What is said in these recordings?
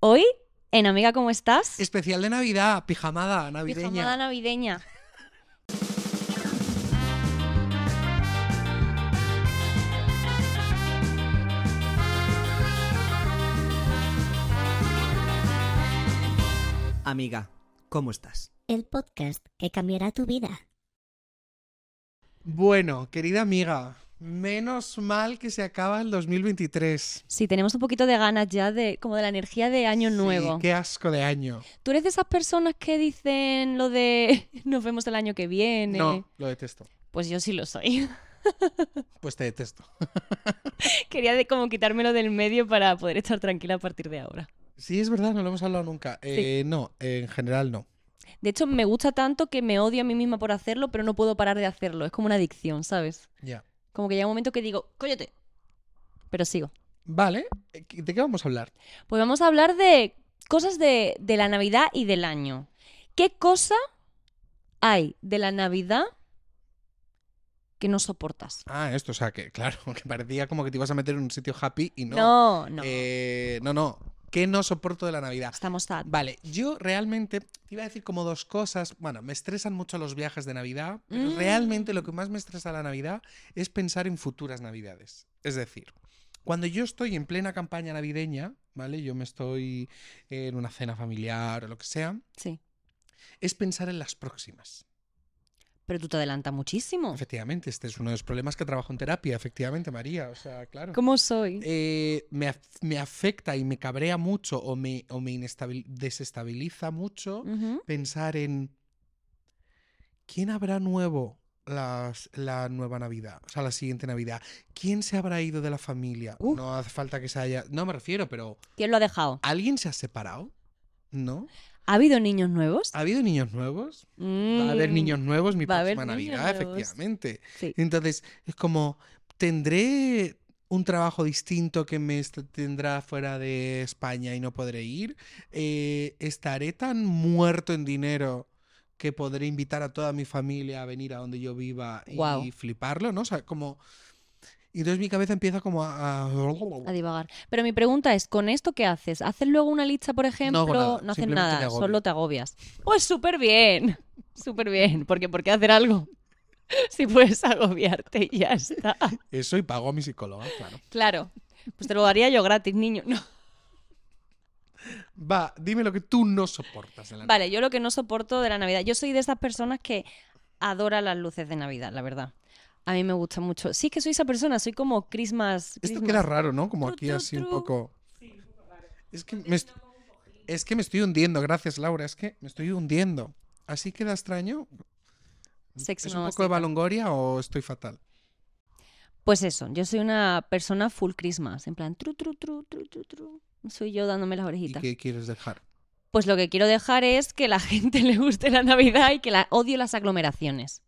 Hoy, en Amiga, ¿cómo estás? Especial de Navidad, pijamada navideña. Pijamada navideña. Amiga, ¿cómo estás? El podcast que cambiará tu vida. Bueno, querida amiga, menos mal que se acaba el 2023. Sí, tenemos un poquito de ganas ya de como de la energía de año Sí, nuevo. qué asco de año. ¿Tú eres de esas personas que dicen lo de nos vemos el año que viene? No, lo detesto. Pues yo sí lo soy. Pues te detesto. Quería de como quitármelo del medio para poder estar tranquila a partir de ahora. Sí, es verdad, no lo hemos hablado nunca. Eh, No, en general no. De hecho, me gusta tanto que me odio a mí misma por hacerlo, pero no puedo parar de hacerlo. Es como una adicción, ¿sabes? Ya. Como que llega un momento que digo, cállate. Pero sigo. Vale, eh, ¿de qué vamos a hablar? Pues vamos a hablar de cosas de, de la Navidad y del año. ¿Qué cosa hay de la Navidad que no soportas? Ah, esto, o sea, que claro, que parecía como que te ibas a meter en un sitio happy y no. No, no. Eh, no, no. ¿Qué no soporto de la Navidad? Estamos sad. Vale, yo realmente te iba a decir como dos cosas. Bueno, me estresan mucho los viajes de Navidad, pero Mm. realmente lo que más me estresa la Navidad es pensar en futuras Navidades. Es decir, cuando yo estoy en plena campaña navideña, ¿vale? Yo me estoy en una cena familiar o lo que sea, Sí. es pensar en las próximas. Pero tú te adelantas muchísimo. Efectivamente, este es uno de los problemas que trabajo en terapia, efectivamente, María. O sea, claro. ¿Cómo soy? eh, me, af- me afecta y me cabrea mucho o me, o me inestabil- desestabiliza mucho Ujú. pensar en quién habrá nuevo las- la nueva Navidad, o sea, la siguiente Navidad. ¿Quién se habrá ido de la familia? Uh. No hace falta que se haya... No me refiero, pero ¿Quién lo ha dejado? ¿alguien se ha separado? ¿No? ¿Ha habido niños nuevos? ¿Ha habido niños nuevos? Ah, Va a haber Mm. niños nuevos mi va a haber próxima niños Navidad, nuevos. efectivamente. Sí. Entonces, es como, ¿tendré un trabajo distinto que me est- tendrá fuera de España y no podré ir? Eh, ¿Estaré tan muerto en dinero que podré invitar a toda mi familia a venir a donde yo viva y Guau. fliparlo? ¿No? O sea, como... Y entonces mi cabeza empieza como a... a- A divagar. Pero mi pregunta es, ¿con esto qué haces? ¿Haces luego una lista, por ejemplo? nada, No haces simplemente me nada, agobio. solo te agobias. Pues súper bien, súper bien, porque ¿por qué hacer algo? Si puedes agobiarte y ya está. Eso y pago a mi psicóloga, claro. Claro, pues te lo daría yo gratis, niño. No. Va, dime lo que tú no soportas en la Vale, yo lo que no soporto de la Navidad, yo soy de esas personas que adora las luces de Navidad, la verdad. A mí me gusta mucho. Sí, es que soy esa persona, soy como Christmas. Esto Christmas. queda raro, ¿no? Como Tru, aquí tru, así un tru. poco. Es que me est- es que me estoy hundiendo, gracias Laura, es que me estoy hundiendo. Así queda extraño. Sexo ¿Es no un poco de básica. balongoria o estoy fatal? Pues eso, yo soy una persona full Christmas, en plan tru tru tru tru tru tru. Soy yo dándome las ¿Y orejitas. qué quieres dejar? Pues lo que quiero dejar es que la gente le guste la Navidad y que la odie las aglomeraciones.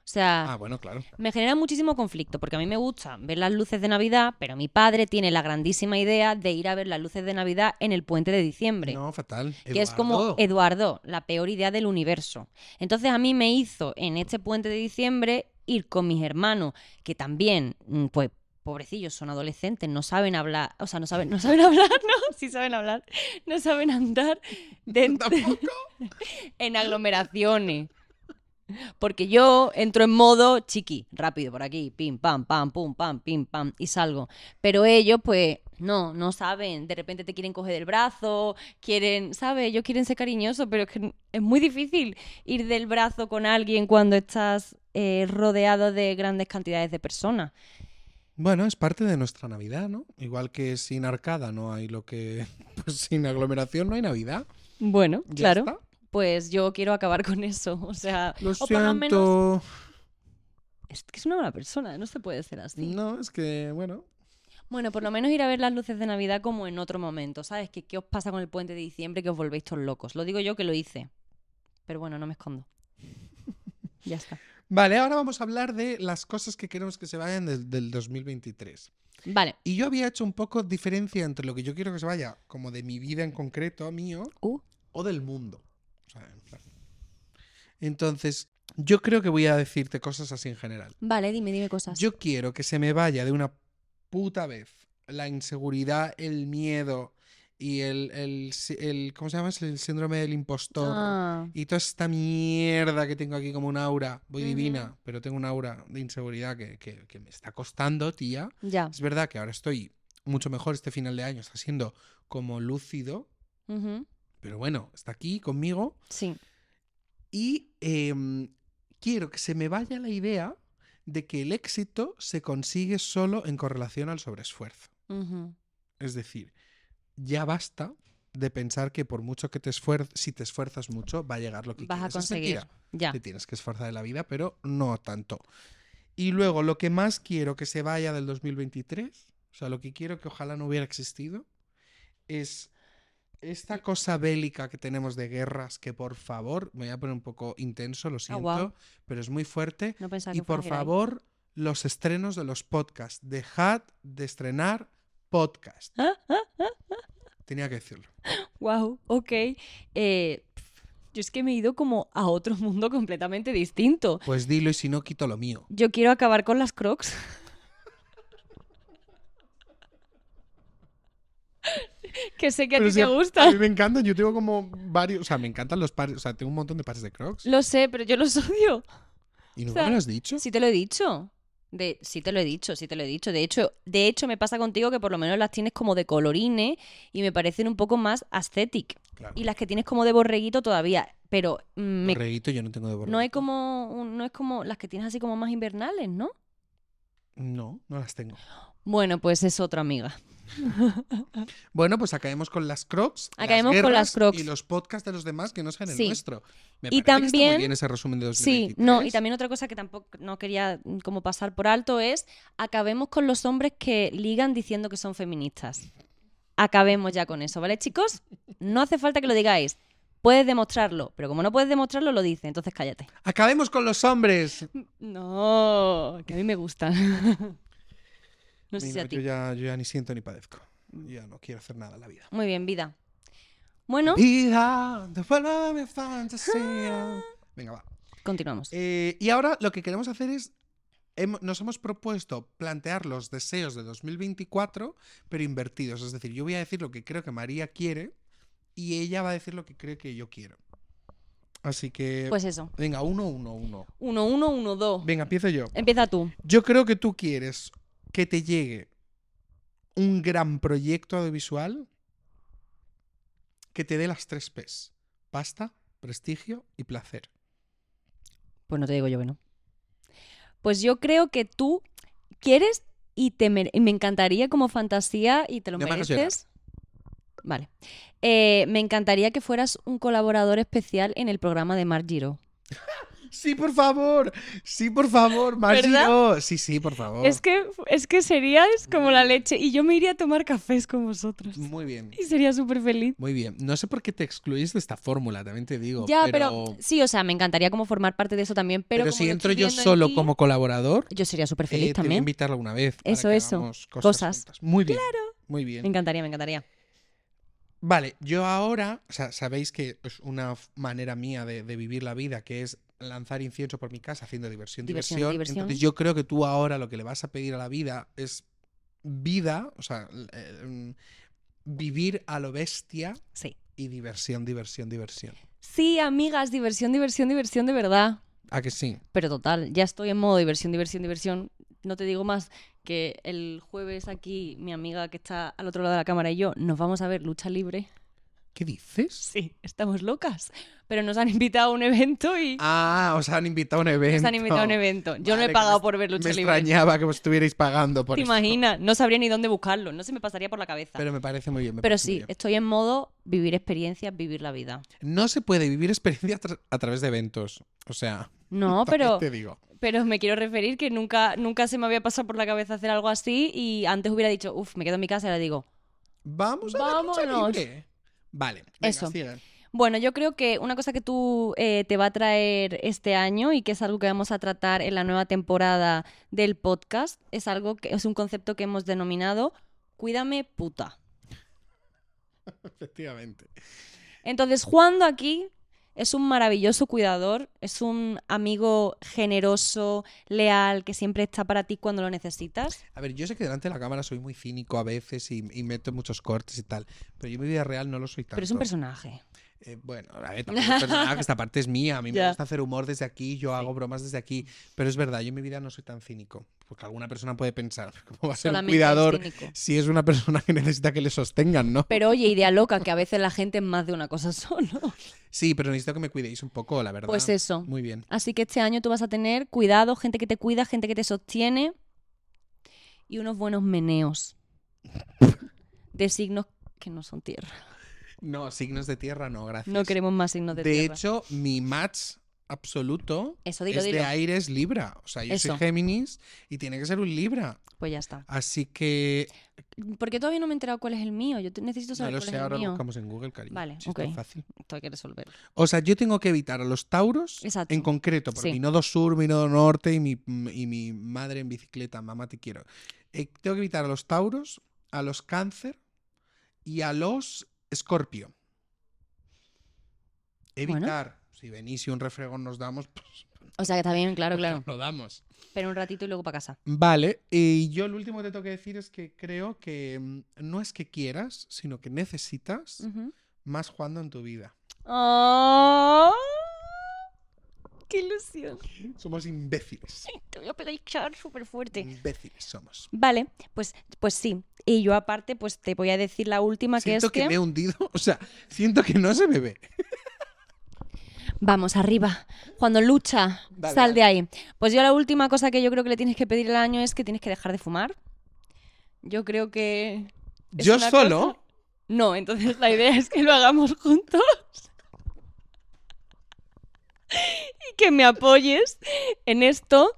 O sea, Ah, bueno, claro. me genera muchísimo conflicto porque a mí me gusta ver las luces de Navidad, pero mi padre tiene la grandísima idea de ir a ver las luces de Navidad en el puente de diciembre No, fatal. que es como Eduardo. Eduardo, la peor idea del universo. Entonces a mí me hizo en este puente de diciembre ir con mis hermanos, que también, mm, pues, pobrecillos, son adolescentes, no saben hablar, o sea, no saben, no saben hablar, no, sí saben hablar, no saben andar dentro- Tampoco. en aglomeraciones. Porque yo entro en modo chiqui, rápido por aquí, pim, pam, pam, pum, pam, pim, pam, y salgo. Pero ellos, pues, no, no saben. De repente te quieren coger del brazo, quieren, ¿sabes? Ellos quieren ser cariñosos, pero es que es muy difícil ir del brazo con alguien cuando estás eh, rodeado de grandes cantidades de personas. Bueno, es parte de nuestra Navidad, ¿no? Igual que sin arcada no hay lo que... Pues sin aglomeración no hay Navidad. Bueno, Ya claro. está. Pues yo quiero acabar con eso. O sea, Lo o por lo menos. siento. Es que es una mala persona, no se puede ser así. No, es que, bueno, Bueno, por lo menos ir a ver las luces de Navidad como en otro momento, ¿sabes? Que qué os pasa con el puente de diciembre que os volvéis todos locos? Lo digo yo que lo hice. Pero bueno, no me escondo. Ya está. Vale, ahora vamos a hablar de las cosas que queremos que se vayan del, del 2023. Vale. Y yo había hecho un poco diferencia entre lo que yo quiero que se vaya, como de mi vida en concreto, mío, Uh, o del mundo. O sea, en plan. Entonces, yo creo que voy a decirte cosas así en general. vale, dime, dime cosas. Yo quiero que se me vaya de una puta vez la inseguridad, el miedo y el, el sí- el- ¿cómo se llama? Es El síndrome del impostor. Ah, Y toda esta mierda que tengo aquí como un aura, voy Ujú. divina, pero tengo un aura de inseguridad que, que- que me está costando, tía. ya. Es verdad que ahora estoy mucho mejor este final de año, está siendo como lúcido, Ujú. pero bueno, está aquí conmigo. Sí. Y em, quiero que se me vaya la idea de que el éxito se consigue solo en correlación al sobreesfuerzo. Ujú. Es decir, ya basta de pensar que por mucho que te esfuerces, si te esfuerzas mucho, va a llegar lo que Vas a quieres. Es conseguir. mentira. Ya. Te tienes que esforzar en la vida, pero no tanto. Y luego, lo que más quiero que se vaya del 2023, o sea, lo que quiero que ojalá no hubiera existido, es esta cosa bélica que tenemos de guerras, que por favor, me voy a poner un poco intenso, lo siento, guau. pero es muy fuerte. No pensaba Y que fuera por a ir ahí. favor, los estrenos de los podcasts. Dejad de estrenar podcast. Tenía que decirlo. Wow, ok. Eh, pf, yo es que me he ido como a otro mundo completamente distinto. Pues dilo y si no, quito lo mío. Yo quiero acabar con las crocs. que sé que a Pero ti si te A gustan. mí me encantan, yo tengo como varios, o sea, me encantan los pares, o sea, tengo un montón de pares de Crocs. Lo sé, pero yo los odio. ¿Y no o sea, me lo has dicho? Sí te lo he dicho. De, sí te lo he dicho, sí te lo he dicho. De hecho, de hecho me pasa contigo que por lo menos las tienes como de colorines y me parecen un poco más aesthetic. Claro. Y las que tienes como de borreguito todavía, pero mm, me Borreguito yo no tengo de borreguito. No es como un- no es como las que tienes así como más invernales, ¿no? No, no las tengo. Bueno, pues es otra amiga. Bueno, pues acabemos con las Crocs. las Acabemos con las guerras Crocs. Y los podcasts de los demás que no sean el Sí. nuestro. Me Y parece que está muy también- bien ese resumen de 2023. Sí, no, y también otra cosa que tampoco no quería mm, como pasar por alto es acabemos con los hombres que ligan diciendo que son feministas. Acabemos ya con eso, ¿vale, chicos? No hace falta que lo digáis. Puedes demostrarlo, pero como no puedes demostrarlo, lo dice, entonces cállate. Acabemos con los hombres. No, que a mí me gustan. No sé si Mira, a ti. Yo ya, yo ya ni siento ni padezco. Ya no quiero hacer nada en la vida. Muy bien, vida. Bueno, Vida, devuélveme Ah. fantasía. Venga, va. continuamos. Eh, y ahora lo que queremos hacer es. hem- nos hemos propuesto plantear los deseos de 2024, pero invertidos. Es decir, yo voy a decir lo que creo que María quiere y ella va a decir lo que cree que yo quiero. Así que. Pues eso. venga, uno, uno, uno. Uno, uno, uno, dos. Venga, empiezo yo. Empieza tú. Yo creo que tú quieres que te llegue un gran proyecto audiovisual que te dé las tres P's: pasta, prestigio y placer. Pues no te digo yo que no. Pues yo creo que tú quieres y, te mere- y me encantaría como fantasía y te lo No me hagas mereces. Vale. Eh, me encantaría que fueras un colaborador especial en el programa de Mar Giro. Sí, por favor. Sí, por favor, ¿Verdad? Margiro. Sí, sí, por favor. Es que es que serías como la leche y yo me iría a tomar cafés con vosotros Muy bien. y sería súper feliz. Muy bien. No sé por qué te excluís de esta fórmula, también te digo. Ya, pero, pero, sí, o sea, me encantaría como formar parte de eso también, pero, pero como si lo entro estoy yo viendo en solo ti, como colaborador, yo sería súper eh, feliz te voy a también. invitar alguna vez. para Eso, que eso. hagamos Cosas. Cosas. juntas. Muy bien. Muy bien. Me encantaría, me encantaría. Vale, yo ahora, o sea, sabéis que es una f- manera mía de, de vivir la vida, que es lanzar incienso por mi casa haciendo diversión, Diversión, diversión, diversión. Entonces yo creo que tú ahora lo que le vas a pedir a la vida es vida, o sea, l- eh, mm, vivir a lo bestia Sí. y diversión, diversión, diversión. Sí, amigas, diversión, diversión, diversión de verdad. ¿A que sí? Pero total, ya estoy en modo diversión, diversión, diversión. No te digo más que el jueves aquí mi amiga que está al otro lado de la cámara y yo nos vamos a ver lucha libre. ¿Qué dices? Sí, estamos locas. Pero nos han invitado a un evento y Ah, os han invitado a un evento. nos han invitado a un evento. Yo no Vale, he que pagado me- por ver lucha Me libre. extrañaba que os estuvierais pagando por ¿Te esto. imaginas? No sabría ni dónde buscarlo. No se me pasaría por la cabeza. Pero, Pero me parece muy bien. me parece muy sí, bien. estoy en modo vivir experiencias, vivir la vida. No se puede vivir experiencia a tra- a través de eventos. O sea, No, también pero... te digo. Pero me quiero referir que nunca, nunca se me había pasado por la cabeza hacer algo así y antes hubiera dicho, uff, me quedo en mi casa y le digo. Vamos a la lucha Vámonos. libre. Vale, venga, eh, Eso. sigue. Bueno, yo creo que una cosa que tú eh, te va a traer este año y que es algo que vamos a tratar en la nueva temporada del podcast, es algo que es un concepto que hemos denominado cuídame puta. Efectivamente. Entonces, Juan de aquí Es un maravilloso cuidador, es un amigo generoso, leal, que siempre está para ti cuando lo necesitas. A ver, yo sé que delante de la cámara soy muy cínico a veces y, y meto muchos cortes y tal, pero yo en mi vida real no lo soy tanto. Pero es un personaje. Eh, bueno, a ver, tampoco es un personaje, esta parte es mía, a mí me Ya. gusta hacer humor desde aquí, yo hago bromas desde aquí, pero es verdad, yo en mi vida no soy tan cínico, porque alguna persona puede pensar, ¿cómo va a ser un Solamente es cuidador cínico. si es una persona que necesita que le sostengan, no? Pero oye, idea loca, que a veces la gente es más de una cosa solo. Sí, pero necesito que me cuidéis un poco, la verdad. Pues eso. Muy bien. Así que este año tú vas a tener cuidado, gente que te cuida, gente que te sostiene y unos buenos meneos de signos que no son tierra. No, signos de tierra no, gracias. No queremos más signos de, de tierra. hecho, mi match absoluto Eso, dilo, es de dilo. Aires Libra. O sea, yo Eso. soy Géminis y tiene que ser un Libra. Pues ya está. Así que Porque todavía no me he enterado cuál es el mío. Yo te- necesito no saber lo cuál sé, es ahora el lo mío. buscamos en Google, cariño. Vale, si es tan ok. fácil. Esto hay que resolverlo. O sea, yo tengo que evitar a los Tauros Exacto. en concreto, por Sí. mi nodo sur, mi nodo norte y mi, y mi madre en bicicleta, mamá te quiero. Eh, tengo que evitar a los Tauros, a los Cáncer y a los Escorpio. Bueno. Evitar. Si venís y un refregón nos damos, pues O sea que está bien, claro, claro. lo damos. Pero un ratito y luego para casa. Vale, y yo lo último que te tengo que decir es que creo que mm, no es que quieras, sino que necesitas Ujú. más jugando en tu vida. ¡Oh! ¡Qué ilusión! Somos imbéciles. Te voy a pegar y char súper fuerte. Imbéciles somos. Vale, pues, pues sí. Y yo aparte, pues te voy a decir la última, que Siento es que, que... me he hundido, o sea, siento que no se me ve. Vamos, arriba. Cuando lucha, sal Dale, dale. de ahí. Pues yo la última cosa que yo creo que le tienes que pedir al año es que tienes que dejar de fumar. Yo creo que... es Yo una solo, cosa- No, entonces la idea es que lo hagamos juntos. y que me apoyes en esto.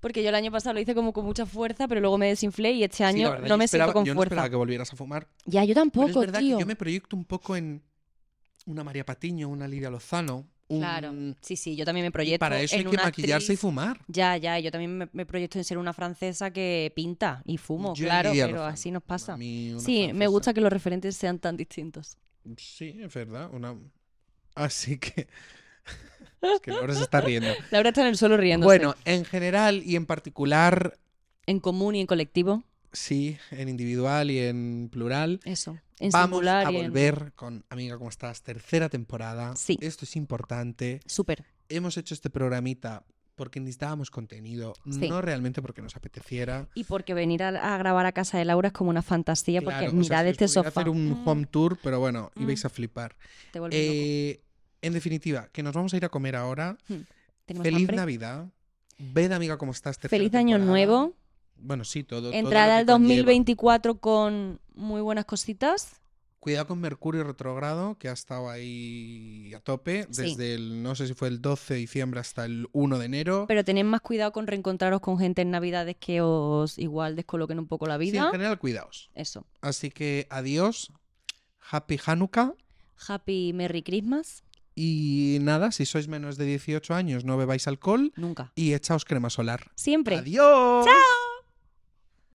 Porque yo el año pasado lo hice como con mucha fuerza, pero luego me desinflé y este Sí, la año verdad, no yo me esperaba- siento con yo no fuerza. esperaba que volvieras a fumar. Ya, yo Pero tampoco, es verdad tío. que yo me proyecto un poco en una María Patiño, una Lidia Lozano. un- Claro. y Sí, sí, yo también me proyecto. para eso en hay que una maquillarse y actriz. fumar. Ya, ya, yo también me, me proyecto en ser una francesa que pinta y fumo, Yo en claro, Lidia pero Lozano. así nos A pasa. mí una Sí, me francesa. gusta que los referentes sean tan distintos. Sí, es verdad. Una... Así que. es que Laura se está riendo. Laura está en el suelo riéndose. Bueno, en general y en particular, En común y en colectivo, sí, en individual y en plural. eso. En Vamos singular a y en- volver con Amiga, ¿cómo estás? Tercera temporada. Sí. Esto es importante. Súper. Hemos hecho este programita porque necesitábamos contenido, Sí. no realmente porque nos apeteciera. Y porque venir a, a grabar a casa de Laura es como una fantasía, Claro, o porque sea, mirad si os este pudiera sofá. hacer un Mm, home tour, pero bueno, ibais Mm. a flipar. te vuelves loco. Eh, en definitiva, que nos vamos a ir a comer ahora. Tenemos Feliz hambre. Navidad. Ved, amiga, cómo estás. tercera Feliz Año temporada. Nuevo. Bueno, sí, todo. todo lo Entrar que al conlleva. 2024 con muy buenas cositas. Cuidado con Mercurio retrogrado, que ha estado ahí a tope, Sí. desde el, no sé si fue el 12 de diciembre hasta el 1 de enero. Pero tened más cuidado con reencontraros con gente en Navidades que os igual descoloquen un poco la Sí, vida. en general, cuidaos. Eso. Así que adiós, happy Hanukkah Happy Merry Christmas. y nada, si sois menos de 18 años no bebáis alcohol Nunca. y echaos crema solar. Siempre. Adiós. ¡Chao!